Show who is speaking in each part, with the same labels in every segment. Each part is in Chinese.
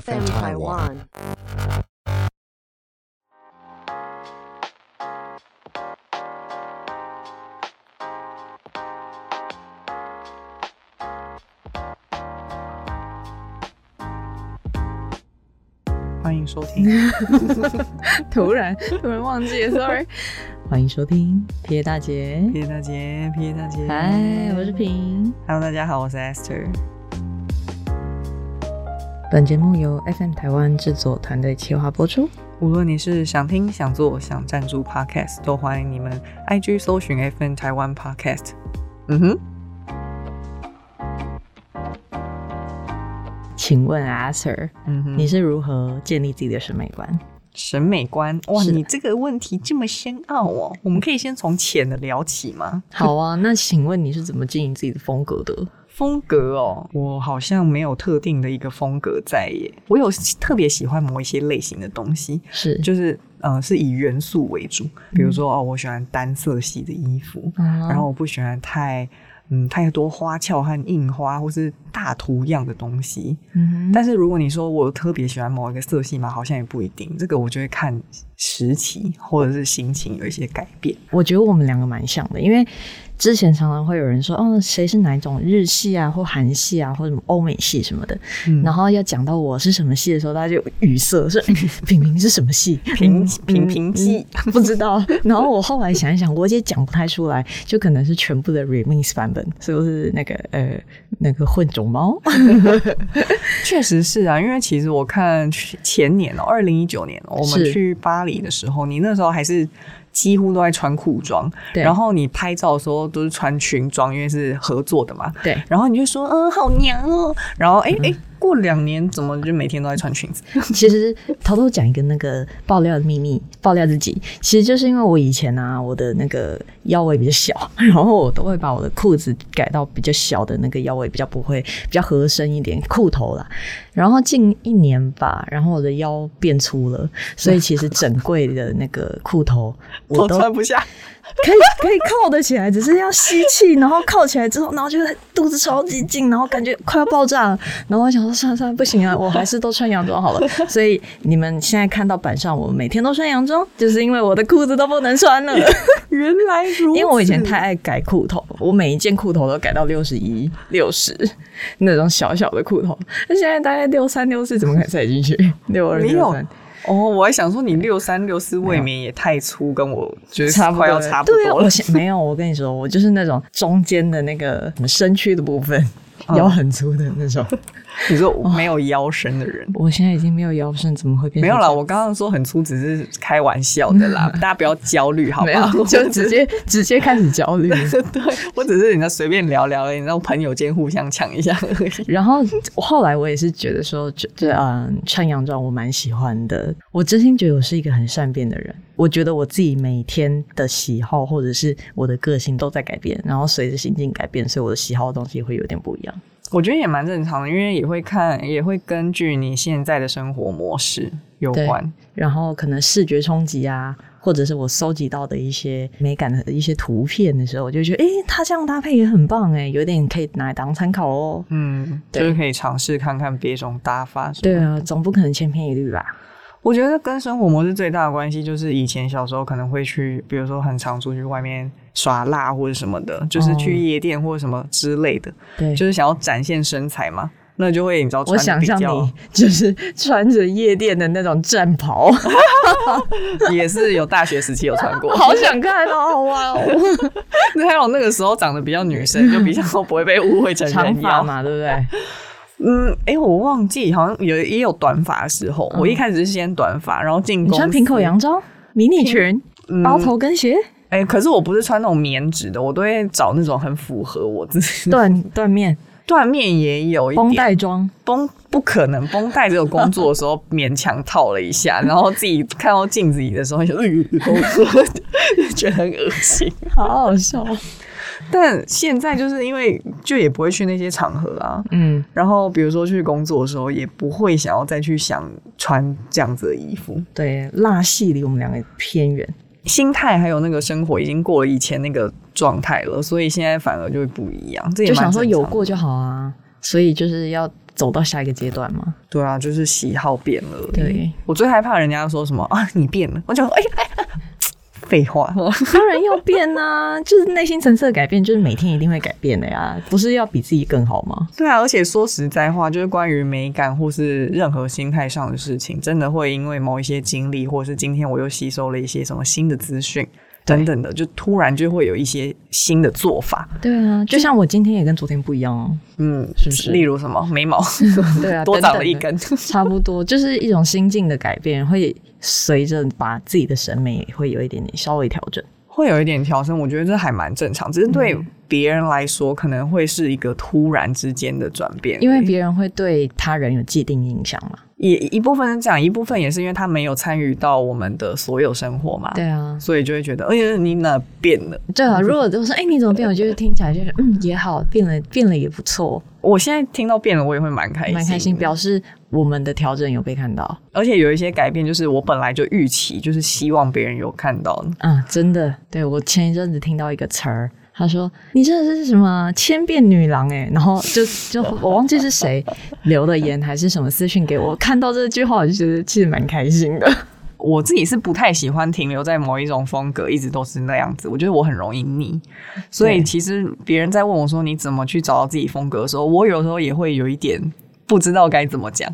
Speaker 1: FM Taiwan.
Speaker 2: 欢迎收听，
Speaker 3: 突然突然忘 记了，sorry。欢迎收听《撇大姐》，
Speaker 2: 皮大姐，皮大姐，
Speaker 3: 嗨，我是。平。
Speaker 2: Hello，大家好，我是 Esther。
Speaker 3: 本节目由 FM 台湾制作团队企划播出。
Speaker 2: 无论你是想听、想做、想赞助 Podcast，都欢迎你们 IG 搜寻 FN 台湾 Podcast。嗯哼，
Speaker 3: 请问阿 Sir，、
Speaker 2: 嗯哼，
Speaker 3: 你是如何建立自己的审美 观？
Speaker 2: 审美观哇，
Speaker 3: 是的
Speaker 2: 你这个问题这么深奥哦，我们可以先从浅的聊起吗？
Speaker 3: 好啊，那请问你是怎么经营自己的风格的？
Speaker 2: 风格哦，我好像没有特定的一个风格在耶，我有特别喜欢某一些类型的东西，
Speaker 3: 是
Speaker 2: 就是呃是以元素为主，比如说哦，我喜欢单色系的衣服，
Speaker 3: 嗯
Speaker 2: 然后我不喜欢太嗯太多花俏和印花或是大图样的东西。
Speaker 3: 嗯哼，
Speaker 2: 但是如果你说我特别喜欢某一个色系嘛，好像也不一定，这个我就会看时期或者是心情有一些改变。
Speaker 3: 我觉得我们两个蛮像的，因为之前常常会有人说，哦，谁是哪一种日系啊，或韩系啊，或者什么欧美系什么的，
Speaker 2: 嗯
Speaker 3: 然后要讲到我是什么系的时候，大家就语塞，说 品平是什么系？
Speaker 2: 平
Speaker 3: 嗯
Speaker 2: 平平系
Speaker 3: 嗯嗯不知道。 然后我后来想一想，我也讲不太出来，就可能是全部的 remix 版本，是不是那个呃那个混种猫？
Speaker 2: 确实是啊，因为其实我看去前年哦，二零一九年、哦、我们
Speaker 3: 是
Speaker 2: 去巴黎的时候，你那时候还是几乎都在穿裤装，
Speaker 3: 对
Speaker 2: 然后你拍照的时候都是穿裙装，因为是合作的嘛。
Speaker 3: 对，
Speaker 2: 然后你就说，嗯，好娘哦。然后，哎、
Speaker 3: 嗯
Speaker 2: 哎、过两年怎么就每天都在穿裙子？
Speaker 3: 其实偷偷讲一个那个爆料的秘密，爆料自己，其实就是因为我以前啊，我的那个腰围比较小， 然后我都会把我的裤子改到比较小的那个腰围，比较不会比较合身一点裤头啦。然后近一年吧，然后我的腰变粗了，所以其实整柜的那个裤头我
Speaker 2: 我
Speaker 3: 都
Speaker 2: 穿不下。
Speaker 3: 可以可以扣得起来，只是要吸气，然后扣起来之后，然后就肚子超级紧，然后感觉快要爆炸了。然后我想说，算了算了，不行啊，我还是都穿洋装好了。所以你们现在看到板上我每天都穿洋装，就是因为我的裤子都不能穿了，
Speaker 2: 原来如此。
Speaker 3: 因为我以前太爱改裤头，我每一件裤头都改到六十一、六十那种小小的裤头，那现在大概六三、六四怎么可以塞进去？六二、
Speaker 2: 没
Speaker 3: 六
Speaker 2: 有
Speaker 3: 三。
Speaker 2: 哦，我还想说你六三六四未免也太粗，跟我就是
Speaker 3: 差不多
Speaker 2: 快要差不多
Speaker 3: 对啊，
Speaker 2: 了
Speaker 3: 我。想没有，我跟你说，我就是那种中间的那个什么身躯的部分，
Speaker 2: 嗯
Speaker 3: 腰很粗的那种。
Speaker 2: 你说没有腰身的人。
Speaker 3: 我现在已经没有腰身，怎么会变
Speaker 2: 没
Speaker 3: 成
Speaker 2: 有
Speaker 3: 这
Speaker 2: 啦，
Speaker 3: 样？
Speaker 2: 我刚刚说很粗，只是开玩笑的 啦，大家不要焦虑，好
Speaker 3: 没
Speaker 2: 吧？
Speaker 3: 有，就直接直接开始焦虑。
Speaker 2: 对，我只是你那随便聊聊而已，然后朋友间互相抢一下而已。
Speaker 3: 然后后来我也是觉得说，就就嗯，穿洋装我蛮喜欢的。我真心觉得我是一个很善变的人。我觉得我自己每天的喜好或者是我的个性都在改变，然后随着心境改变，所以我的喜好的东西会有点不一样。
Speaker 2: 我觉得也蛮正常的，因为也会看，也会根据你现在的生活模式有
Speaker 3: 对
Speaker 2: 关。
Speaker 3: 然后可能视觉冲击啊，或者是我搜集到的一些美感的一些图片的时候，我就觉得，诶，它这样搭配也很棒诶，有点可以拿来当参考哦。
Speaker 2: 嗯，就
Speaker 3: 对
Speaker 2: 是可以尝试看看别种搭法。
Speaker 3: 对，啊，总不可能千篇一律吧？
Speaker 2: 我觉得跟生活模式最大的关系就是以前小时候可能会去，比如说很常出去外面耍辣或者什么的，就是去
Speaker 3: 哦
Speaker 2: 夜店或者什么之类的，
Speaker 3: 对，
Speaker 2: 就是想要展现身材嘛。那就会你知道穿
Speaker 3: 我
Speaker 2: 的
Speaker 3: 想
Speaker 2: 比
Speaker 3: 象
Speaker 2: 较
Speaker 3: 你就是穿着夜店的那种战 袍，
Speaker 2: 也是有大学时期有穿过，
Speaker 3: 好想看哦！哇哦，
Speaker 2: 还有那个时候长得比较女 生，就比较不会被误会成
Speaker 3: 长
Speaker 2: 人
Speaker 3: 发
Speaker 2: 妖。
Speaker 3: 嘛，对不对？
Speaker 2: 嗯，哎、我忘记，好像有也有短发的时候。我一开始是先短发，然后进
Speaker 3: 嗯你
Speaker 2: 公司
Speaker 3: 穿平口洋装、迷你裙、包头跟鞋、
Speaker 2: 哎、可是我不是穿那种棉质的，我都会找那种很符合我自己。
Speaker 3: 缎缎面、
Speaker 2: 缎面也有一
Speaker 3: 绷
Speaker 2: 点，
Speaker 3: 带装，
Speaker 2: 绷不可能，绷带只有工作的时候勉强套了一下，然后自己看到镜子里的时候就、呃呃觉得很恶心。
Speaker 3: 好好笑哦。
Speaker 2: 但现在就是因为就也不会去那些场合啊，
Speaker 3: 嗯，
Speaker 2: 然后比如说去工作的时候，也不会想要再去想穿这样子的衣服，
Speaker 3: 对，辣系离我们两个偏远。
Speaker 2: 心态还有那个生活已经过了以前那个状态了，所以现在反而就会不一样。这也
Speaker 3: 就
Speaker 2: 蛮
Speaker 3: 想说
Speaker 2: 正
Speaker 3: 有
Speaker 2: 常的
Speaker 3: 过就好啊。所以就是要走到下一个阶段嘛。
Speaker 2: 对啊，就是喜好变了。
Speaker 3: 对，
Speaker 2: 我最害怕人家说什么啊，你变了，我就哎呀哎呀，废话，
Speaker 3: 当然要变呐、就是内心层次的改变，就是每天一定会改变的呀，不是要比自己更好吗？
Speaker 2: 对啊，而且说实在话，就是关于美感或是任何心态上的事情，真的会因为某一些经历，或是今天我又吸收了一些什么新的资讯等等的，就突然就会有一些新的做法。
Speaker 3: 对啊，就像我今天也跟昨天不一样哦。
Speaker 2: 嗯，
Speaker 3: 是不是
Speaker 2: 例如什么眉毛
Speaker 3: 对 啊，
Speaker 2: 多
Speaker 3: 等等
Speaker 2: 长了一
Speaker 3: 的
Speaker 2: 根，
Speaker 3: 差不多就是一种心境的改变，会随着把自己的审美也会有一点点稍微调整。
Speaker 2: 会有一点调整，我觉得这还蛮正常，只是对
Speaker 3: 嗯
Speaker 2: 别人来说可能会是一个突然之间的转变而已，
Speaker 3: 因为别人会对他人有既定印象嘛。
Speaker 2: 也一部分是这样，一部分也是因为他没有参与到我们的所有生活嘛。
Speaker 3: 对啊，
Speaker 2: 所以就会觉得，哎呀，你哪变了？
Speaker 3: 对啊。如果都说哎、你怎么变，我就是听起来就是嗯也好，变了变了也不错，
Speaker 2: 我现在听到变了，我也会蛮开心，
Speaker 3: 蛮开心，。表示我们的调整有被看到
Speaker 2: 而且有一些改变，就是我本来就预期，就是希望别人有看到的。
Speaker 3: 啊、真的。对我前一阵子听到一个词儿。他说：“你这是什么千变女郎、欸？”哎，然后就 就我忘记是谁留的言还是什么私讯给我，看到这句话我就觉得其实蛮开心的。
Speaker 2: 我自己是不太喜欢停留在某一种风格，一直都是那样子。我觉得我很容易腻，所以
Speaker 3: 对
Speaker 2: 其实别人在问我说你怎么去找到自己风格的时候，我有时候也会有一点不知道该怎么讲。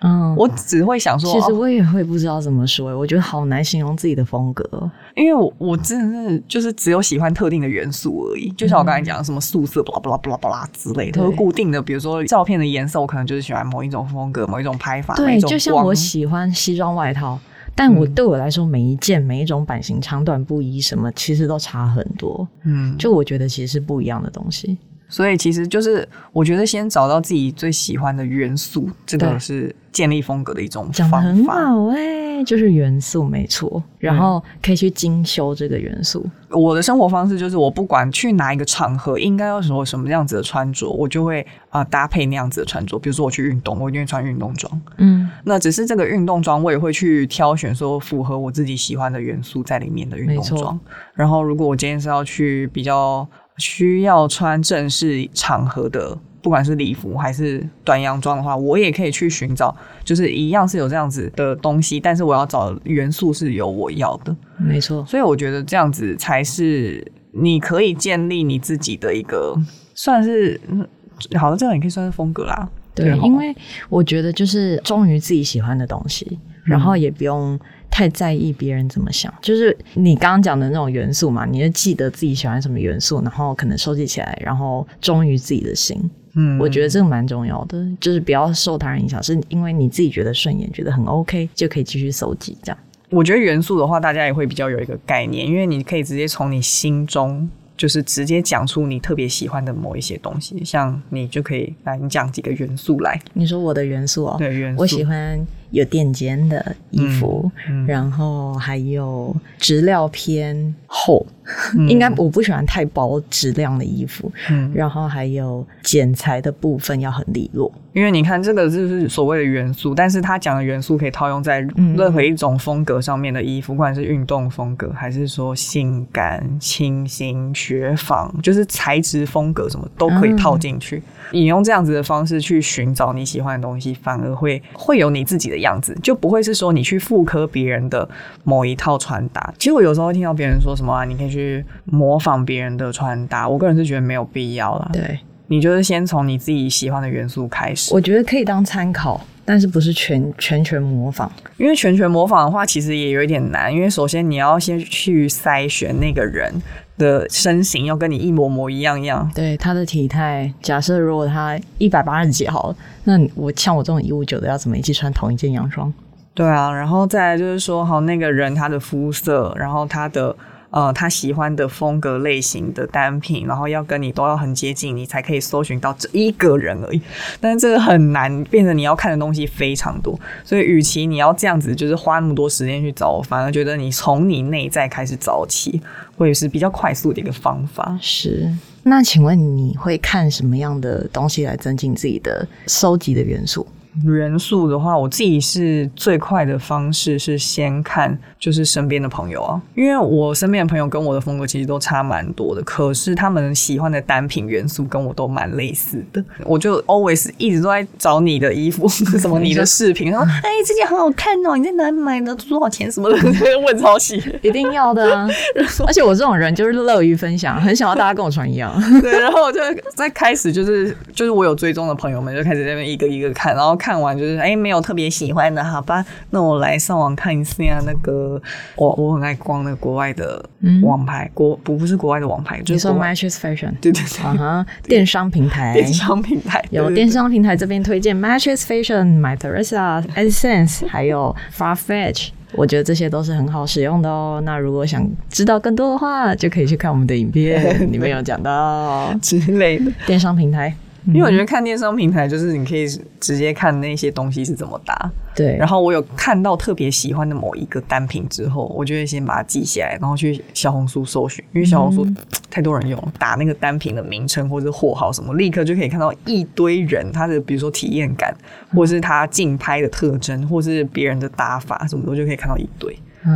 Speaker 3: 嗯，啊
Speaker 2: 我只会想说，
Speaker 3: 其实
Speaker 2: 哦
Speaker 3: 我也会不知道怎么说、欸，我觉得好难形容自己的风格哦。
Speaker 2: 因为我我真的是就是只有喜欢特定的元素而已，就像我刚才讲的什么素色、巴拉巴拉巴拉巴拉之类的，
Speaker 3: 嗯对
Speaker 2: 都是固定的。比如说照片的颜色，我可能就是喜欢某一种风格、某一种拍法、某
Speaker 3: 对
Speaker 2: 一，种
Speaker 3: 就像
Speaker 2: 光
Speaker 3: 我喜欢西装外套，但我对我来说，每一件、每一种版型、长短不一，什么其实都差很多。
Speaker 2: 嗯，
Speaker 3: 就我觉得其实是不一样的东西。
Speaker 2: 所以其实就是我觉得先找到自己最喜欢的元素，这个
Speaker 3: 对
Speaker 2: 是建立风格的一种
Speaker 3: 讲
Speaker 2: 方
Speaker 3: 的
Speaker 2: 法。
Speaker 3: 很好哎、就是元素没错，然后可以去精修这个元素。
Speaker 2: 我的生活方式就是，我不管去哪一个场合，应该要什么什么样子的穿着，我就会啊、搭配那样子的穿着。比如说我去运动，我一定会穿运动装。
Speaker 3: 嗯，
Speaker 2: 那只是这个运动装，我也会去挑选说符合我自己喜欢的元素在里面的运
Speaker 3: 没
Speaker 2: 动
Speaker 3: 错
Speaker 2: 装。然后，如果我今天是要去比较需要穿正式场合的，不管是礼服还是短洋装的话，我也可以去寻找，就是一样是有这样子的东西，但是我要找元素是有我要的。
Speaker 3: 没错。
Speaker 2: 所以我觉得这样子才是你可以建立你自己的一个算是。嗯好像这样也可以算是风格啦，
Speaker 3: 对，
Speaker 2: 吼
Speaker 3: 因为我觉得就是忠于自己喜欢的东西，
Speaker 2: 嗯
Speaker 3: 然后也不用太在意别人怎么想。就是你刚刚讲的那种元素嘛，你就记得自己喜欢什么元素，然后可能收集起来，然后忠于自己的心。
Speaker 2: 嗯
Speaker 3: 我觉得这个蛮重要的，就是不要受他人影响，是因为你自己觉得顺眼，觉得很 OK 就可以继续收集这样。
Speaker 2: 我觉得元素的话，大家也会比较有一个概念，因为你可以直接从你心中。就是直接讲出你特别喜欢的某一些东西，像你就可以来，你讲几个元素来。
Speaker 3: 你说我的元素哦，
Speaker 2: 对，元素
Speaker 3: 我喜欢有垫肩的衣服，
Speaker 2: 嗯
Speaker 3: 然后还有质料偏厚，应该我不喜欢太薄质量的衣服，
Speaker 2: 嗯，
Speaker 3: 然后还有剪裁的部分要很利落，
Speaker 2: 因为你看这个就是所谓的元素，但是他讲的元素可以套用在
Speaker 3: 嗯
Speaker 2: 任何一种风格上面的衣服，不管是运动风格，还是说性感、清新、雪纺，就是材质风格什么都可以套进
Speaker 3: 嗯
Speaker 2: 去。你用这样子的方式去寻找你喜欢的东西，反而会会有你自己的样子，就不会是说你去复刻别人的某一套穿搭。其实我有时候会听到别人说什么啊，你可以去模仿别人的穿搭，我个人是觉得没有必要啦。
Speaker 3: 对，
Speaker 2: 你就是先从你自己喜欢的元素开始。
Speaker 3: 我觉得可以当参考，但是不是全全全模仿，
Speaker 2: 因为全权模仿的话，其实也有一点难，因为首先你要先去筛选那个人的身形要跟你一模模一样样。
Speaker 3: 对他的体态，假设如果他一百八十几好了，那你我像我这种一五九的要怎么一起穿同一件洋装？
Speaker 2: 对啊，然后再来就是说，好那个人他的肤色，然后他的呃他喜欢的风格类型的单品，然后要跟你都要很接近，你才可以搜寻到这一个人而已。但是这个很难，变成你要看的东西非常多，所以与其你要这样子就是花那么多时间去找，我反而觉得你从你内在开始找起，会是比较快速的一个方法。
Speaker 3: 是。那请问你会看什么样的东西来增进自己的收集的元素？
Speaker 2: 元素的话，我自己是最快的方式是先看就是身边的朋友啊，因为我身边的朋友跟我的风格其实都差蛮多的，可是他们喜欢的单品元素跟我都蛮类似的，我就 always 一直都在找你的衣服，什么你的饰品，然后哎这件好好看哦，你在哪里买的，多少钱什么的， 问超细。
Speaker 3: 一定要 的啊！而且我这种人就是乐于分享，很想要大家跟我穿一 样。
Speaker 2: 对，然后我就在开始就是就是我有追踪的朋友们就开始在那边一个一个看，然后看完就是哎没有特别喜欢的，好吧，那我来上网看一下那个我我很爱逛那个国外的网牌，国不不是国外的网牌，就
Speaker 3: 嗯你
Speaker 2: 是
Speaker 3: 说
Speaker 2: 国外
Speaker 3: Matches Fashion
Speaker 2: 对对对
Speaker 3: 啊哈，电商平台
Speaker 2: 电商平台
Speaker 3: 有
Speaker 2: 对
Speaker 3: 电商平台这边推荐 Matches Fashion、My Teresa、Essence，还有 Farfetch。我觉得这些都是很好使用的哦。那如果想知道更多的话，就可以去看我们的影 片，里面有讲到
Speaker 2: 之类的，
Speaker 3: 电商平台。
Speaker 2: 因为我觉
Speaker 3: 嗯
Speaker 2: 得看电商平台就是你可以直接看那些东西是怎么搭，
Speaker 3: 对，
Speaker 2: 然后我有看到特别喜欢的某一个单品之后，我就会先把它记下来，然后去小红书搜寻，因为小红书
Speaker 3: 嗯
Speaker 2: 太多人用了，打那个单品的名称或者是货号什么，立刻就可以看到一堆人他的比如说体验感，或是他竞拍的特征，或是别人的打法什么的，我就可以看到一堆。
Speaker 3: 啊，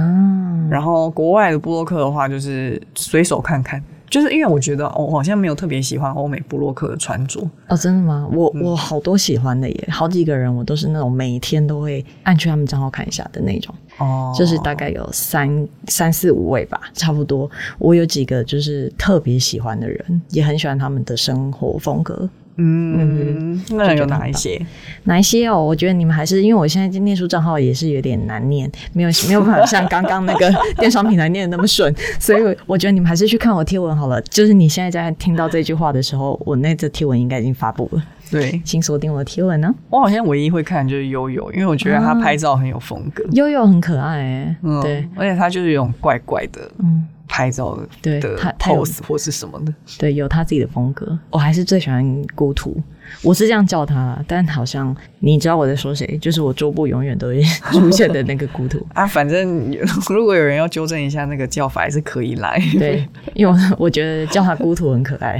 Speaker 2: 然后国外的布洛克的话，就是随手看看。就是因为我觉得哦我好像没有特别喜欢欧美布洛克的穿着，
Speaker 3: 哦，真的吗？我
Speaker 2: 嗯
Speaker 3: 我好多喜欢的耶，好几个人我都是那种每天都会按去他们账号看一下的那种。
Speaker 2: 哦
Speaker 3: 就是大概有三三四五位吧，差不多。我有几个就是特别喜欢的人，也很喜欢他们的生活风格。
Speaker 2: 嗯，那有哪一些？
Speaker 3: 哪一些哦？我觉得你们还是因为我现在念书账号也是有点难念，没有没有办法像刚刚那个 电商平台念的那么顺，所以我我觉得你们还是去看我贴文好了。就是你现在在听到这句话的时候，我那则贴文应该已经发布了，
Speaker 2: 对，
Speaker 3: 请锁定我的贴文呢、
Speaker 2: 我好像唯一会看就是悠悠，因为我觉得他拍照很有风格，
Speaker 3: 悠悠很可爱、欸，
Speaker 2: 嗯，
Speaker 3: 对，，
Speaker 2: 而且他就是有种怪怪的
Speaker 3: 嗯。
Speaker 2: 拍照的
Speaker 3: 对
Speaker 2: 的
Speaker 3: 他他有
Speaker 2: pose 或是什么的，
Speaker 3: 对，有他自己的风格。我还是最喜欢孤图，我是这样叫他啦，但好像你知道我在说谁，就是我桌布永远都会 出现的那个孤图。
Speaker 2: 啊，反正 如果有人要纠正一下那个叫法，还是可以来。
Speaker 3: 对，因为我我觉得叫他孤图很可爱。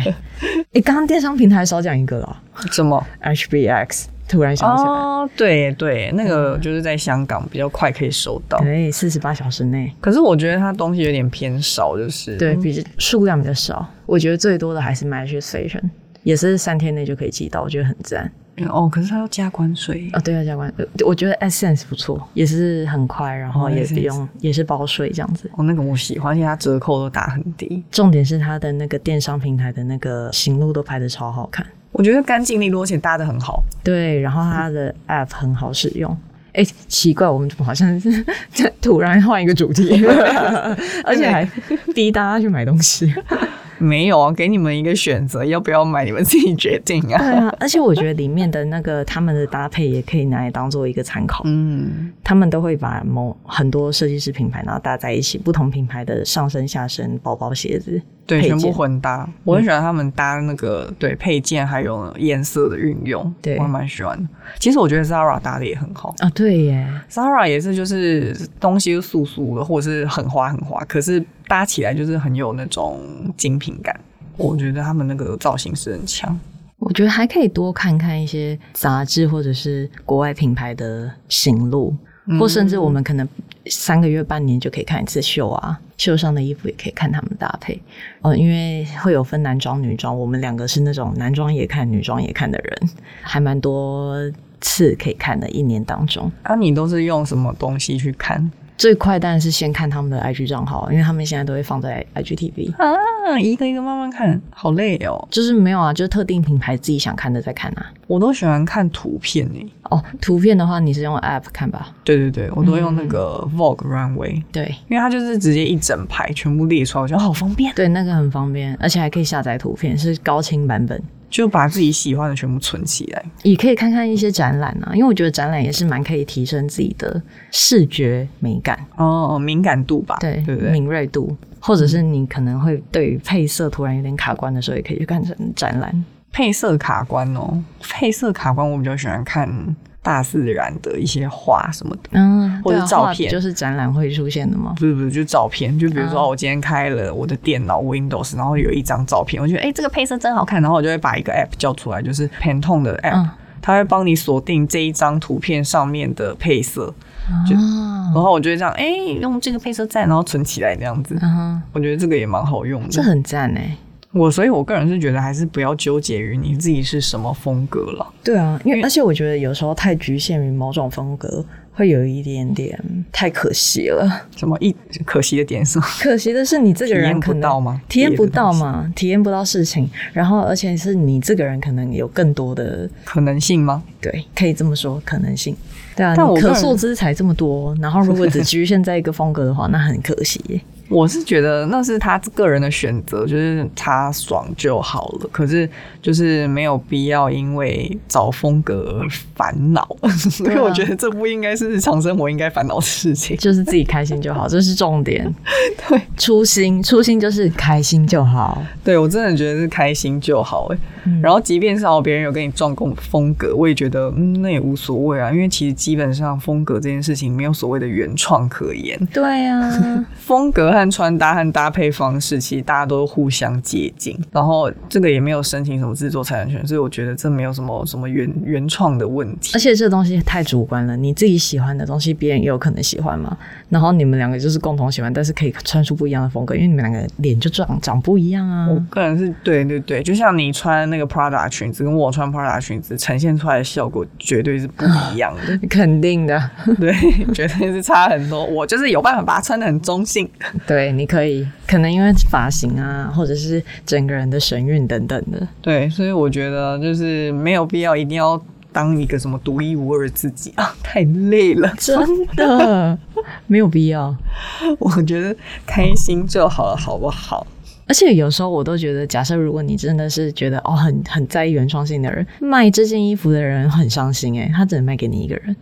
Speaker 3: 诶，刚刚电商平台少讲一个了
Speaker 2: 怎么？
Speaker 3: ，HBX，突然想起来，嗯
Speaker 2: 哦，对对，那个就是在香港比较快可以收到，
Speaker 3: 对，四十八小时内，
Speaker 2: 可是我觉得它东西有点偏少，就是
Speaker 3: 对比数量比较少。我觉得最多的还是 Match Station，也是三天内就可以寄到，我觉得很赞。
Speaker 2: 哦，可是它要加关税
Speaker 3: 啊、对啊，加关，呃我觉得 Essence 不错，也是很快，然后
Speaker 2: 哦
Speaker 3: 也不
Speaker 2: Essence
Speaker 3: 用，也是包税这样子。
Speaker 2: 哦，那个我喜欢，而且它折扣都打很低。
Speaker 3: 重点是它的那个电商平台的那个行路都拍的超好看，
Speaker 2: 我觉得干净利落，而且搭的很好。
Speaker 3: 对，然后它的 app 很好使用。哎、奇怪，我们怎么好像是 突然换一个主 题，而且还逼大家去买东西？
Speaker 2: 没有啊，给你们一个选择，要不要买你们自己决定
Speaker 3: 对
Speaker 2: 啊。
Speaker 3: 啊，而且我觉得里面的那个他们的搭配也可以拿来当做一个参考，
Speaker 2: 嗯，
Speaker 3: 他们都会把某很多设计师品牌然后搭在一起，不同品牌的上身、下身、包包、鞋子，
Speaker 2: 对，
Speaker 3: 配
Speaker 2: 全部
Speaker 3: 件
Speaker 2: 混搭。我很喜欢他们搭那个对配件还有颜色的运用，
Speaker 3: 对
Speaker 2: 我还蛮喜欢的。其实我觉得 Zara 搭的也很好
Speaker 3: 啊，对耶，
Speaker 2: ，Zara 也是就是东西就素素的，或者是很花很花，可是搭起来就是很有那种精品感。我觉得他们那个造型师很强。
Speaker 3: 我觉得还可以多看看一些杂志或者是国外品牌的行路，或甚至我们可能三个月、半年就可以看一次秀啊，秀上的衣服也可以看他们搭配。哦，因为会有分男装、女装，我们两个是那种男装也看、女装也看的人，还蛮多次可以看的。一年当中
Speaker 2: 啊，你都是用什么东西去看
Speaker 3: 最快当然是先看他们的 IG 账号，因为他们现在都会放在 IGTV。
Speaker 2: 啊？一个一个慢慢看，好累哦。
Speaker 3: 就是没有啊，就是特定品牌自己想看的再看啊。
Speaker 2: 我都喜欢看图片欸诶、
Speaker 3: 哦，图片的话你是用 App 看吧？
Speaker 2: 对对对，我都用那个
Speaker 3: 嗯
Speaker 2: Vogue Runway，、
Speaker 3: 对，
Speaker 2: 因为它就是直接一整排全部列出来，我觉得好方便，
Speaker 3: 对，那个很方便，而且还可以下载图片，是高清版本，
Speaker 2: 就把自己喜欢的全部存起来。
Speaker 3: 也可以看看一些展览啊，因为我觉得展览也是蛮可以提升自己的视觉美感，
Speaker 2: 哦，敏感度吧，
Speaker 3: 对
Speaker 2: 对不对？
Speaker 3: 敏锐度，或者是你可能会对于配色突然有点卡关的时候，也可以去看展展览。
Speaker 2: 配色卡关哦，配色卡关，我比较喜欢看大自然的一些画什么的。
Speaker 3: 嗯，
Speaker 2: 或者
Speaker 3: 对啊
Speaker 2: 照
Speaker 3: 画
Speaker 2: 片
Speaker 3: 就是展览会出现的吗？
Speaker 2: 不是不是，就照片，就比如说、
Speaker 3: 啊
Speaker 2: 哦我今天开了我的电脑 Windows，然后有一张照片，我觉得哎、这个配色真好看，然后我就会把一个 app 叫出来，就是 Pantone 的 app，、
Speaker 3: 嗯
Speaker 2: 它会帮你锁定这一张图片上面的配色，就
Speaker 3: 啊，
Speaker 2: 然后我就会这样，哎、用这个配色在，然后存起来这样子。
Speaker 3: 嗯哼，
Speaker 2: 我觉得这个也蛮好用
Speaker 3: 这
Speaker 2: 的。
Speaker 3: 很赞哎、
Speaker 2: 我所以，我个人是觉得还是不要纠结于你自己是什么风格了。
Speaker 3: 对啊，因为而且我觉得有时候太局限于某种风格，会有一点点太可惜了。
Speaker 2: 什么一可惜的点是吗，
Speaker 3: 可惜的是，你这
Speaker 2: 体
Speaker 3: 个
Speaker 2: 验不
Speaker 3: 人可能
Speaker 2: 到吗
Speaker 3: 体验不到
Speaker 2: 别的
Speaker 3: 嘛，体验不到事情。然后，而且是你这个人可能有更多的，
Speaker 2: 可能性吗？
Speaker 3: 对，可以这么说，可能性。对啊，
Speaker 2: 但我
Speaker 3: 你
Speaker 2: 个
Speaker 3: 可
Speaker 2: 人
Speaker 3: 塑之才这么多，然后如果只局限在一个风格的话，那很可惜耶。
Speaker 2: 我是觉得那是他个人的选择，就是他爽就好了。可是就是没有必要因为找风格而烦恼，因为我觉得这不应该是日常生活应该烦恼的事情。
Speaker 3: 就是自己开心就好，这是重点。
Speaker 2: 对，
Speaker 3: 初心，初心就是开心就好。
Speaker 2: 对我真的觉得是开心就好、欸。
Speaker 3: 嗯
Speaker 2: 然后即便是哦别人有跟你撞共风格，我也觉得嗯那也无所谓啊，因为其实基本上风格这件事情没有所谓的原创可言，
Speaker 3: 对啊，
Speaker 2: 风格和穿搭和搭配方式，其实大家都互相接近，然后这个也没有申请什么制作财产权，所以我觉得这没有什么什么原原创的问题
Speaker 3: 而。且这东西太主观了，你自己喜欢的东西，别人也有可能喜欢嘛。然后你们两个就是共同喜欢，但是可以穿出不一样的风格，因为你们两个脸就长长不一样啊。
Speaker 2: 我个人是对对对，就像你穿那个 Prada 裙子跟我穿 Prada 裙子呈现出来的效果绝对是不一样的，
Speaker 3: 肯定的，
Speaker 2: 对，绝对是差很多。我就是有办法把它穿的很中性，
Speaker 3: 对，你可以，可能因为发型啊，或者是整个人的神韵等等的，
Speaker 2: 对，所以我觉得就是没有必要一定要当一个什么独一无二的自己啊， 太累了。
Speaker 3: 真的 没有必要。
Speaker 2: 我觉得开心就好了，好不好？
Speaker 3: 而且有时候我都觉得，假设如果你真的是觉得哦很很在意原创性的人，卖这件衣服的人很伤心诶、他只能卖给你一个 人，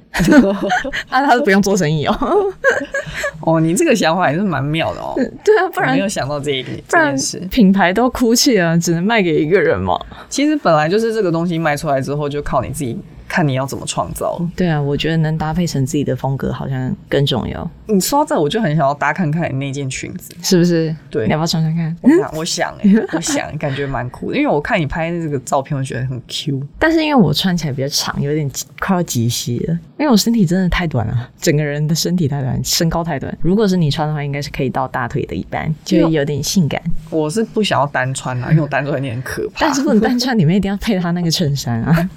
Speaker 3: 啊，他都不用做生意哦。
Speaker 2: 哦，你这个想法也是蛮妙的哦，
Speaker 3: 对啊，不
Speaker 2: 我
Speaker 3: 然
Speaker 2: 没有想到这一点
Speaker 3: 不
Speaker 2: 这
Speaker 3: 然
Speaker 2: 件事。
Speaker 3: 品牌都哭泣了，只能卖给一个人嘛。
Speaker 2: 其实本来就是这个东西卖出来之后，就靠你自己看你要怎么创造了。
Speaker 3: 对啊，我觉得能搭配成自己的风格好像更重要，
Speaker 2: 你说到这，我就很想要搭看看你那件裙子。
Speaker 3: 是不是？
Speaker 2: 对
Speaker 3: 你要不要穿穿看？
Speaker 2: 我想，我想、欸，我想，感觉蛮酷的，因为我看你拍的这个照片，我觉得很 Q。
Speaker 3: 但是因为我穿起来比较长，有点快要及膝了，因为我身体真的太短了，整个人的身体太短，身高太短。如果是你穿的话，应该是可以到大腿的一半，就会有点性感。
Speaker 2: 我是不想要单穿啊啦，因为我单穿有点可怕。
Speaker 3: 嗯但是不能单穿，你们一定要配他那个衬衫 啊。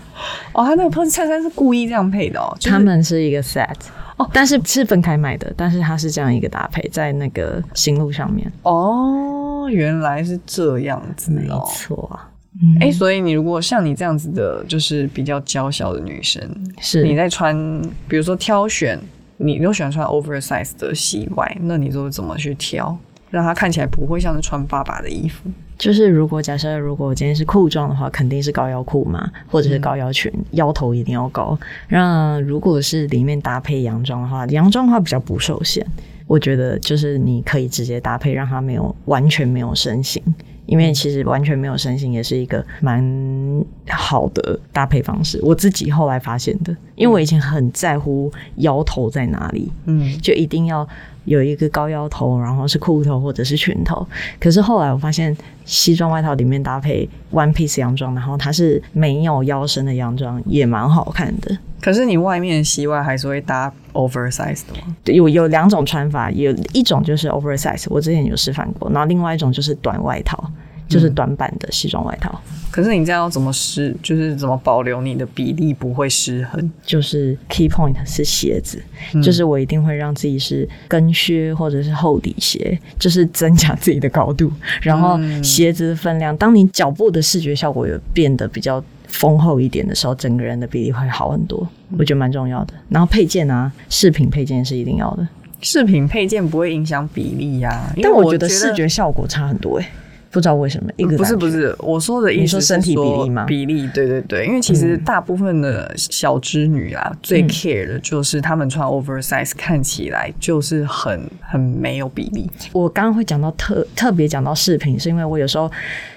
Speaker 2: 哦，他那个 pose 衬衫是故意这样配的哦，就是
Speaker 3: 他们是一个 set
Speaker 2: 哦
Speaker 3: 哦，但是是分开买的，但是它是这样一个搭配，在那个行路上面。
Speaker 2: 哦，原来是这样子
Speaker 3: 没
Speaker 2: 哦。
Speaker 3: 错啊，
Speaker 2: 哎、所以你如果像你这样子的，就是比较娇小的女生，
Speaker 3: 是
Speaker 2: 你在穿，比如说挑选，你又喜欢穿 oversize 的西外，那你都怎么去挑，让它看起来不会像是穿爸爸的衣服？
Speaker 3: 就是如果假设如果我今天是裤装的话，肯定是高腰裤嘛，或者是高腰裙，腰头一定要高。那如果是里面搭配洋装的话，洋装的话比较不受限，我觉得就是你可以直接搭配，让它没有完全没有身形。因为其实完全没有身形也是一个蛮好的搭配方式，我自己后来发现的。因为我以前很在乎腰头在哪里，
Speaker 2: 嗯，
Speaker 3: 就一定要有一个高腰头，然后是裤头或者是裙头。可是后来我发现，西装外套里面搭配 one piece 洋装，然后它是没有腰身的洋装，也蛮好看的。
Speaker 2: 可是你外面的西外还是会搭 oversize 的吗？
Speaker 3: 对有有两种穿法，有一种就是 oversize，我之前有示范过，然后另外一种就是短外套，就是短版的西装外套。
Speaker 2: 可是你这样要怎么失，就是怎么保留你的比例不会失衡？
Speaker 3: 就是 key point 是鞋子，
Speaker 2: 嗯
Speaker 3: 就是我一定会让自己是跟靴或者是厚底鞋，就是增加自己的高度。然后
Speaker 2: 嗯
Speaker 3: 鞋子的分量，当你脚步的视觉效果有变得比较丰厚一点的时候，整个人的比例会好很多，
Speaker 2: 嗯
Speaker 3: 我觉得蛮重要的。然后配件啊，饰品配件是一定要的，
Speaker 2: 饰品配件不会影响比例呀、因为
Speaker 3: 但
Speaker 2: 我
Speaker 3: 觉得视觉效果差很多诶、不知道为什么，一个
Speaker 2: 不是
Speaker 3: 感
Speaker 2: 不，
Speaker 3: 觉
Speaker 2: 是，我说的意思是
Speaker 3: 你说身体比例吗嗯
Speaker 2: 比例，对对对，因为其实大部分的小织女啊，最 care 的就是她们穿 oversize 看起来就是很很没有比例。
Speaker 3: 我刚刚会讲到特特别讲到饰品，是因为我有时候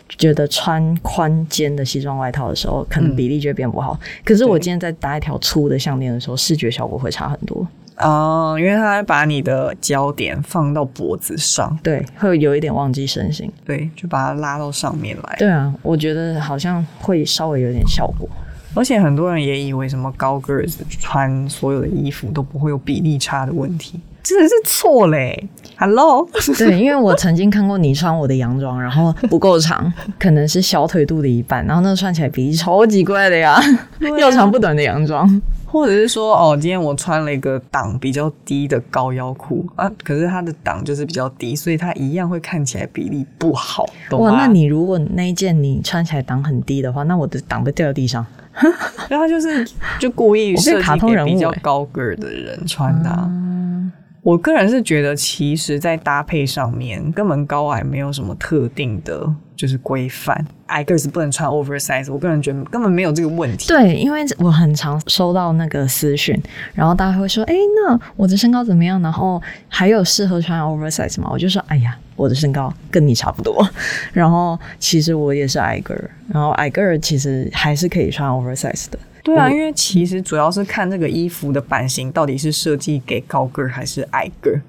Speaker 3: 觉得穿宽肩的西装外套的时候，可能比例就会变不好。可是我今天在搭一条粗的项链的时候，视觉效果会差很多。
Speaker 2: 嗯，因为她会把你的焦点放到脖子上，
Speaker 3: 对，会有一点忘记身形。
Speaker 2: 对，就把它拉到上面来。
Speaker 3: 对啊，我觉得好像会稍微有点效果。
Speaker 2: 而且很多人也以为什么高个子穿所有的衣服都不会有比例差的问题，真的是错嘞、Hello，
Speaker 3: 对，因为我曾经看过你穿我的洋装，然后不够 长，可能是小腿肚的一半，然后那个穿起来比例超级怪的呀，又长不短的洋装。
Speaker 2: 或者是说哦，今天我穿了一个档比较低的高腰裤啊，可是它的档就是比较低，所以它一样会看起来比例不好，懂吗？
Speaker 3: 哇，那你如果那一件你穿起来档很低的话，那我的档被掉到地上。
Speaker 2: 所以他就是就故意
Speaker 3: 我变
Speaker 2: 设
Speaker 3: 卡
Speaker 2: 计
Speaker 3: 通
Speaker 2: 给
Speaker 3: 人物
Speaker 2: 比较
Speaker 3: 欸
Speaker 2: 高个儿的人穿的啊、
Speaker 3: 嗯，
Speaker 2: 我个人是觉得，其实，在搭配上面，根本高矮没有什么特定的，就是规范。矮个子不能穿 oversize，我个人觉得根本没有这个问题。
Speaker 3: 对，因为我很常收到那个私讯，然后大家会说：“哎，那我的身高怎么样？然后还有适合穿 oversize 吗？”我就说：“哎呀，我的身高跟你差不多。” 然后其实我也是矮个儿，然后矮个儿其实还是可以穿 oversize 的。
Speaker 2: 对啊，
Speaker 3: 我
Speaker 2: 因为其实主要是看这个衣服的版型到底是设计给高个儿还是矮个儿。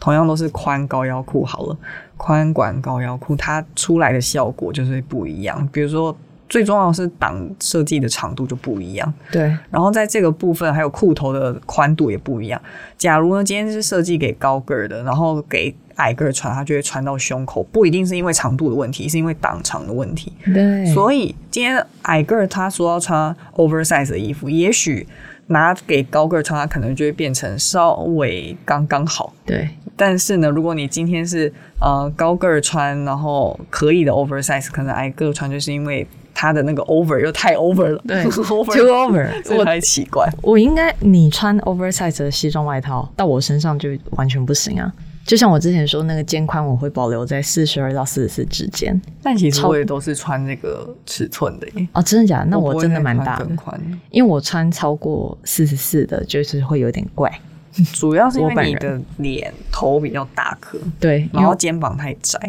Speaker 2: 同样都是宽高腰裤好了，宽管高腰裤它出来的效果就是会不一样。比如说，最重要的是档设计的长度就不一样。
Speaker 3: 对，
Speaker 2: 然后在这个部分还有裤头的宽度也不一样。假如呢，今天是设计给高个儿的，然后给矮个儿穿，它就会穿到胸口，不一定是因为长度的问题，是因为档长的问题。
Speaker 3: 对
Speaker 2: 所以今天矮个儿他说要穿 oversize 的衣服，也许拿给高个儿穿，他可能就会变成稍微刚刚好。
Speaker 3: 对，
Speaker 2: 但是呢，如果你今天是呃高个儿穿，然后可以的 oversize，可能矮个儿穿就是因为它的那个 over 又太 over 了，
Speaker 3: 对
Speaker 2: ，over
Speaker 3: ，two over，
Speaker 2: 所以
Speaker 3: 我
Speaker 2: 才奇怪。
Speaker 3: 我应该你穿 oversize 的西装外套到我身上就完全不行啊。就像我之前说，那个肩宽我会保留在四十二到四十四之间。
Speaker 2: 但其实
Speaker 3: 超
Speaker 2: 我也都是穿那个尺寸的耶，
Speaker 3: 哦，真的假的？那
Speaker 2: 不
Speaker 3: 我
Speaker 2: 会
Speaker 3: 真的
Speaker 2: 再
Speaker 3: 蛮
Speaker 2: 穿
Speaker 3: 大的
Speaker 2: 更。宽的。
Speaker 3: 因为我穿超过四十四的，就是会有点怪。
Speaker 2: 主要是因
Speaker 3: 我本
Speaker 2: 为你的
Speaker 3: 人
Speaker 2: 脸头比较大颗，
Speaker 3: 对，
Speaker 2: 然
Speaker 3: 然
Speaker 2: 后
Speaker 3: 后
Speaker 2: 肩膀太窄。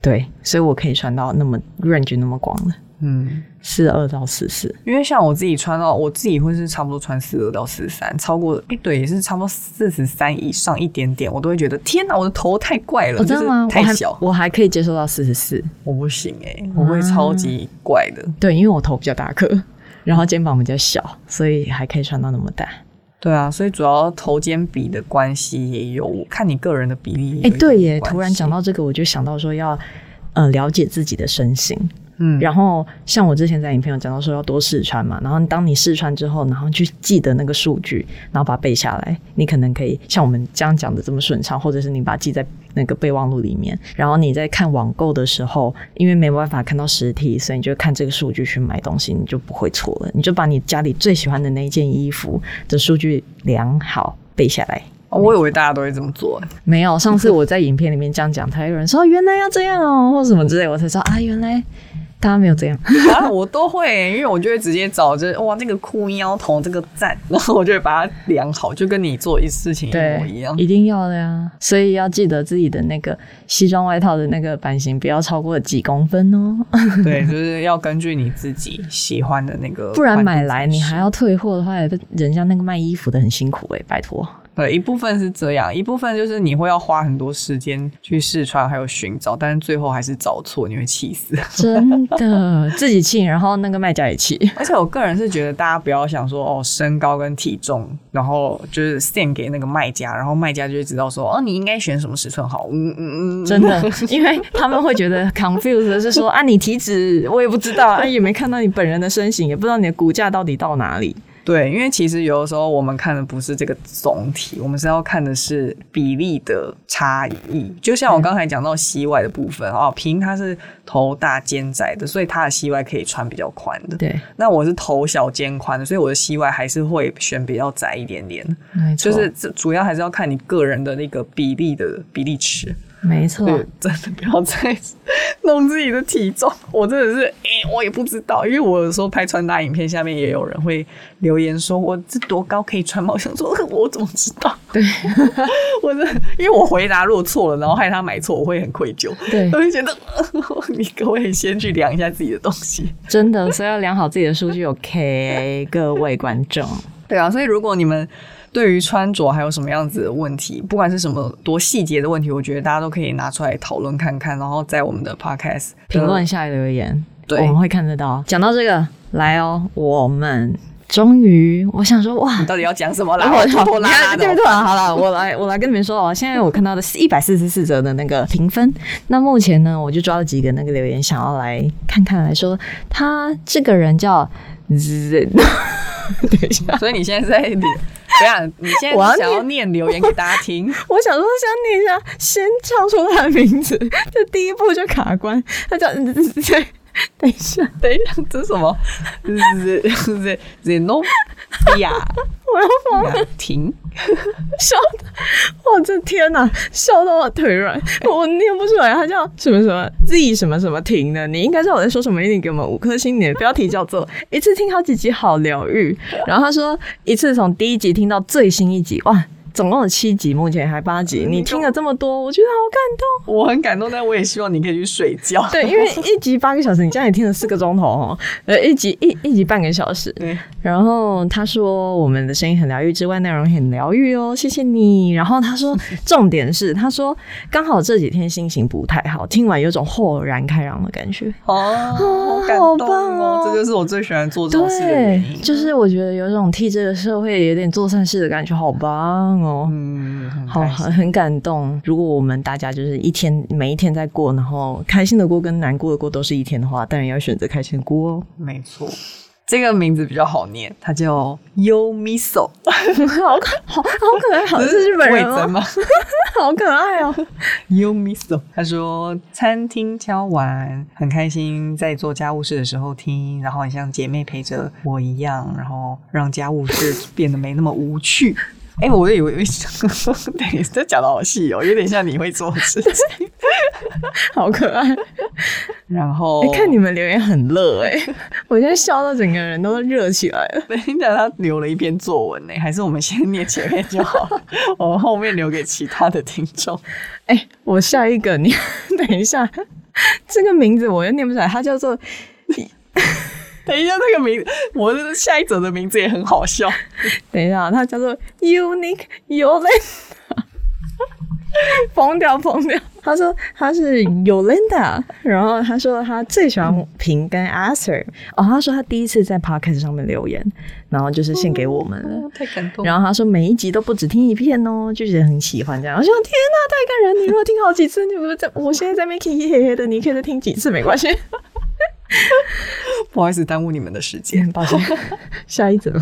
Speaker 3: 对，所以我可以穿到那么 range 那么广的
Speaker 2: 嗯，
Speaker 3: 四二到四四。
Speaker 2: 因为像我自己穿到，我自己会是差不多穿四二到四三，超过哎、对，也是差不多四十三以上一点点，我都会觉得天哪，我的头太怪了，
Speaker 3: 哦，
Speaker 2: 就
Speaker 3: 真
Speaker 2: 是
Speaker 3: 的吗？
Speaker 2: 太
Speaker 3: 我还嗯
Speaker 2: 小，
Speaker 3: 我还可以接受到四十四。
Speaker 2: 我不行哎、我会
Speaker 3: 啊
Speaker 2: 超级怪的。
Speaker 3: 对，因为我头比较大颗，然后肩膀比较小，所以还可以穿到那么大。
Speaker 2: 对啊，所以主要头肩比的关系也有，我看你个人的比例也有一
Speaker 3: 哎、
Speaker 2: 定的关系。
Speaker 3: 对耶！突然讲到这个，我就想到说要呃了解自己的身形。
Speaker 2: 嗯
Speaker 3: 然后像我之前在影片有讲到说要多试穿嘛，然后当你试穿之后，然后去记得那个数据，然后把它背下来，你可能可以像我们这样讲的这么顺畅，或者是你把它记在那个备忘录里面，然后你在看网购的时候，因为没办法看到实体，所以你就看这个数据去买东西，你就不会错了，你就把你家里最喜欢的那一件衣服的数据量好背下来。
Speaker 2: 哦我以为大家都会这么做、 欸。
Speaker 3: 没有，上次我在影片里面这样讲，才有人说原来要这样哦，或什么之类，我才知道啊，原来大家没有这样。
Speaker 2: 啊，我都会、因为我就会直接找这哇，这个裤腰头这个赞，然后我就会把它量好，就跟你做一事情一模一样。
Speaker 3: 一定要的呀。所以要记得自己的那个西装外套的那个版型不要超过几公分哦，
Speaker 2: 呃 对，就是要根据你自己喜欢的那个，
Speaker 3: 不然买来你还要退货的话，人家那个卖衣服的很辛苦哎、拜托。
Speaker 2: 对一部分是这样，一部分就是你会要花很多时间去试穿，还有寻找，但是最后还是找错，你会气死。
Speaker 3: 真的 自己气，然后那个卖家也气。
Speaker 2: 而且我个人是觉得，大家不要想说哦，身高跟体重，然后就是献给那个卖家，然后卖家就会知道说哦，你应该选什么尺寸好。嗯嗯嗯，
Speaker 3: 真的，因为他们会觉得 confused 的是 说啊，你体脂我也不知道啊，也没看到你本人的身形，也不知道你的骨架到底到哪里。
Speaker 2: 对，因为其实有的时候我们看的不是这个总体，我们是要看的是比例的差异。就像
Speaker 3: 嗯
Speaker 2: 我刚才讲到膝外的部分哦，平它是头大肩窄的，所以它的膝外可以穿比较宽的。
Speaker 3: 对，
Speaker 2: 那我是头小肩宽的，所以我的膝外还是会选比较窄一点点的。
Speaker 3: 没
Speaker 2: 就
Speaker 3: 错，
Speaker 2: 是这主要还是要看你个人的那个比例的比例尺。
Speaker 3: 没错。
Speaker 2: 对，真的不要再弄自己的体重。 我真的是，哎、我也不知道，因为我有时候拍穿搭影片，下面也有人会留言说我这多高可以穿吗？我想说，呃我怎么知道？
Speaker 3: 对，
Speaker 2: 我真的，因为我回答如果错了，然后害他买错，我会很愧疚。
Speaker 3: 对
Speaker 2: 我会觉得，呃 你可不可以先去量一下自己的东西？
Speaker 3: 真的，所以要量好自己的数据。OK，各位观众，
Speaker 2: 对啊，所以如果你们对于穿着还有什么样子的问题，不管是什么多细节的问题，我觉得大家都可以拿出来讨论看看，然后在我们的 podcast 的
Speaker 3: 评论下留言，
Speaker 2: 对
Speaker 3: 我们会看得到。讲到这个，来哦，我们终于，我想说，哇
Speaker 2: 你，到底要讲什么啦？
Speaker 3: 我
Speaker 2: 我拖拖拉拉
Speaker 3: 这边
Speaker 2: 的
Speaker 3: 突。然好了，我来我来跟你们说哦，现在我看到的是一百四十四则的那个评分。那目前呢，我就抓了几个那个留言，想要来看看，来说他这个人叫 Z。等一下，
Speaker 2: 所以你现在是在脸，对啊，你现在
Speaker 3: 我要
Speaker 2: 是想要念留言给大家听，
Speaker 3: 我想说想念一下，先唱出他的名字，这第一步就卡关。他叫 Z。等 一下，
Speaker 2: 等一下，这是什么？Z Z Zenobia
Speaker 3: 我要疯了。
Speaker 2: 雅婷，
Speaker 3: 笑的，我这天哪，笑到我腿软，我念不出来，它叫什么什么 Z 什么什么停的，你应该知道我在说什么，一定给我们五颗星。你的标题叫做“一次听好几集，好疗愈”。然后他说一次从第一集听到最新一集，哇，总共有七集，目前还八集，你听了这么多，我觉得好感动。
Speaker 2: 我很感动，但我也希望你可以去睡觉。
Speaker 3: 对，因为一集八个小时，你这样也听了四个钟头哦，呃，一集一一集半个小时，
Speaker 2: 对，
Speaker 3: 然后他说我们的声音很疗愈之外，内容也很疗愈哦，谢谢你。然后 他说重点是，他说刚好这几天心情不太好，听完有种豁然开朗的感觉。
Speaker 2: 哦，好感
Speaker 3: 好
Speaker 2: 动
Speaker 3: 棒哦
Speaker 2: 哦，这就是我最喜欢做这种事的原
Speaker 3: 对
Speaker 2: 因，。
Speaker 3: 就是我觉得有种替这个社会有点做善事的感觉，好棒哦。
Speaker 2: 嗯，很
Speaker 3: 好，
Speaker 2: 开心
Speaker 3: 很很感动。如果我们大家就是一天每一天在过，然后开心的过跟难过的过都是一天的话，当然要选择开心的过哦。
Speaker 2: 没错。这个名字比较好念，它叫 Yo Miso，
Speaker 3: 好可好好可爱，好是日本人
Speaker 2: 味增
Speaker 3: 吗？
Speaker 2: 吗
Speaker 3: 好可爱哦。
Speaker 2: ？Yo Miso，他说餐厅敲完很开心，在做家务事的时候听，然后很像姐妹陪着我一样，然后让家务事变得没那么无趣。哎、我也以为， 对，这讲的好细哦，有点像你会做的事情。
Speaker 3: 好可爱！
Speaker 2: 然后、
Speaker 3: 哎、看你们留言很热哎、我现在笑到整个人都热起来了。
Speaker 2: 等一下，他留了一篇作文呢，还是我们先念前面就好了， 我们后面留给其他的听众。
Speaker 3: 哎、我下一个你 等一下，这个名字我又念不出来，它叫做
Speaker 2: 等一下，这个名，我的下一则的名字也很好笑，
Speaker 3: 等一下，它叫做 Unique Yolanda，疯掉疯掉。他说他是 Yolanda，然后他说他最喜欢平跟 Arthur。哦，他说他第一次在 Podcast 上面留言，然后就是献给我们了。
Speaker 2: 太感动了。
Speaker 3: 然后他说每一集都不只听一遍哦，就觉得很喜欢这样。我说天哪，太感人！你如果听好几次，你不是在我现在在 making 嘿嘿嘿的，你可以再听几次没关 系。
Speaker 2: 不好意思，耽误你们的时间，
Speaker 3: 嗯抱歉，下一则。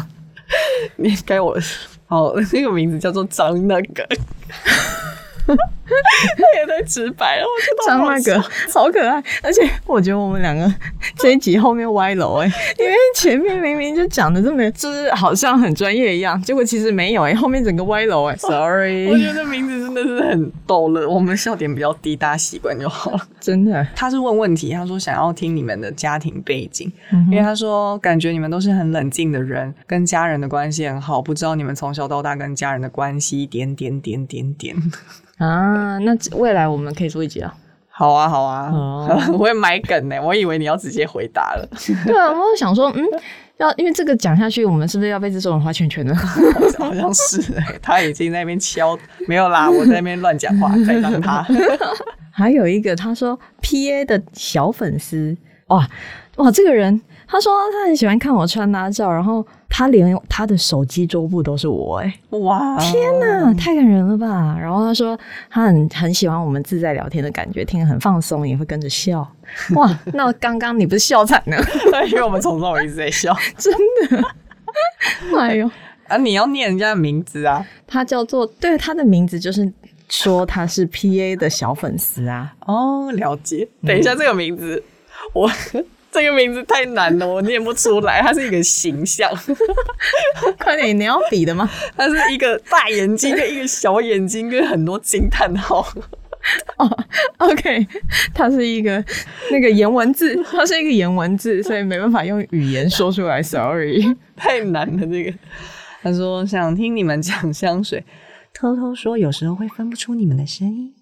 Speaker 2: 你该我的事。好，那个名字叫做张那个， 他也太直白了，我觉得
Speaker 3: 张
Speaker 2: 好好
Speaker 3: 那个
Speaker 2: 笑
Speaker 3: 好可爱，而且我觉得我们两个 这一集后面歪楼哎、因为前面明明就讲的这么就是好像很专业一样，结果其实没有哎、后面整个歪楼 哎、s o r r
Speaker 2: 我
Speaker 3: y
Speaker 2: 觉得名字真的是很逗了，我们笑点比较低，大家习惯就好了。
Speaker 3: 真的
Speaker 2: 他是问问题，他说想要听你们的家庭背景，因为他说感觉你们都是很冷静的人，跟家人的关系很好，不知道你们从小到大跟家人的关系点点点点点。
Speaker 3: 啊，那未来我们可以做一集啊。
Speaker 2: 好啊，好啊，
Speaker 3: 哦
Speaker 2: 我也买梗呢、我以为你要直接回答了，
Speaker 3: 对啊，我想说，嗯，要因为这个讲下去，我们是不是要被这种人画圈圈了？
Speaker 2: 好像是、欸，他已经在那边敲，没有啦，我在那边乱讲话，再让他。
Speaker 3: 还有一个，他说 P A 的小粉丝，哇哇，这个人，他说他很喜欢看我穿搭照，然后他连他的手机桌布都是我、哎，
Speaker 2: 哇，
Speaker 3: 天哪，太感人了吧！然后他说他很很喜欢我们自在聊天的感觉，听得很放松，也会跟着笑。哇，那刚刚你不是笑惨了？
Speaker 2: 因为我们从头我一直在笑
Speaker 3: 真的，哎呦，
Speaker 2: 啊，你要念人家的名字啊。
Speaker 3: 他叫做对他的名字就是说他是 P A 的小粉丝啊。
Speaker 2: 哦，了解。等一下，这个名字，我 这个名字太难了，我念不出来。它是一个形象，
Speaker 3: 快点，你要比的吗？
Speaker 2: 它是一个大眼睛跟一个小眼睛，跟很多惊叹号。
Speaker 3: 哦，OK，它是一个那个颜文字， 它是一个颜文 字，所以没办法用语言说出来，sorry。
Speaker 2: 太难了这个。他说想听你们讲香水，偷偷说有时候会分不出你们的声音。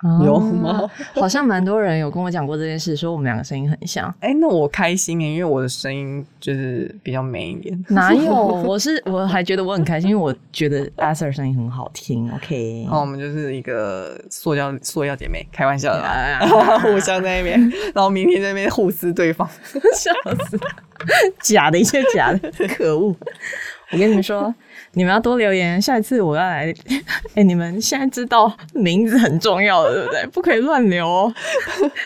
Speaker 2: 哦有吗？
Speaker 3: 哦 好像蛮多人有跟我讲过这件事，说我们两个声音很 像。
Speaker 2: 哎、那我开心耶，因为我的声音就是比较美一点。
Speaker 3: 哪有？我是我还觉得我很开心，因为我觉得 a s e r 声音很好听。OK，
Speaker 2: 然后我们就是一个塑胶塑胶姐妹，开玩笑的啦，
Speaker 3: 啊
Speaker 2: 嗯 互相在那 边，然后明天在那边互撕对方。
Speaker 3: 笑死，假的，一切假的，可恶！我跟你们说，你们要多留言，下一次我要来。 哎、你们现在知道名字很重要了，对不对？不可以乱留哦，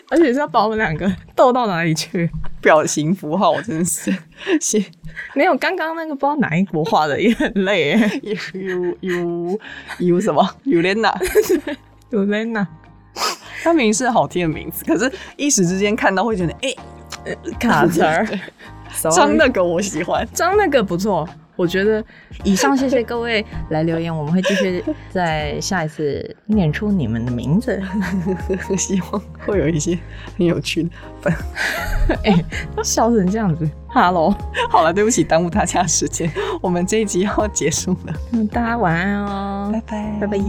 Speaker 3: 而且是要把我们两个逗到哪里去？
Speaker 2: 表情符号，我真的是谢
Speaker 3: 没有，刚刚那个不知道哪一国画的也很累耶。
Speaker 2: you you you you 什么 you Lena，
Speaker 3: 有累呢，
Speaker 2: 她明明是好听的名字，可是一时之间看到会觉得，哎、
Speaker 3: 卡词儿，
Speaker 2: 张
Speaker 3: 张
Speaker 2: 那个我喜欢。
Speaker 3: 张那个不错。我觉得以上谢谢各位来留言，我们会继续在下一次念出你们的名字。
Speaker 2: 希望会有一些很有趣的。反
Speaker 3: 笑成这样子，Hello，
Speaker 2: 好了，对不起，耽误大家
Speaker 3: 嗯
Speaker 2: 时间，我们这一集要结束了，
Speaker 3: 大家晚安哦，
Speaker 2: 拜，
Speaker 3: 拜拜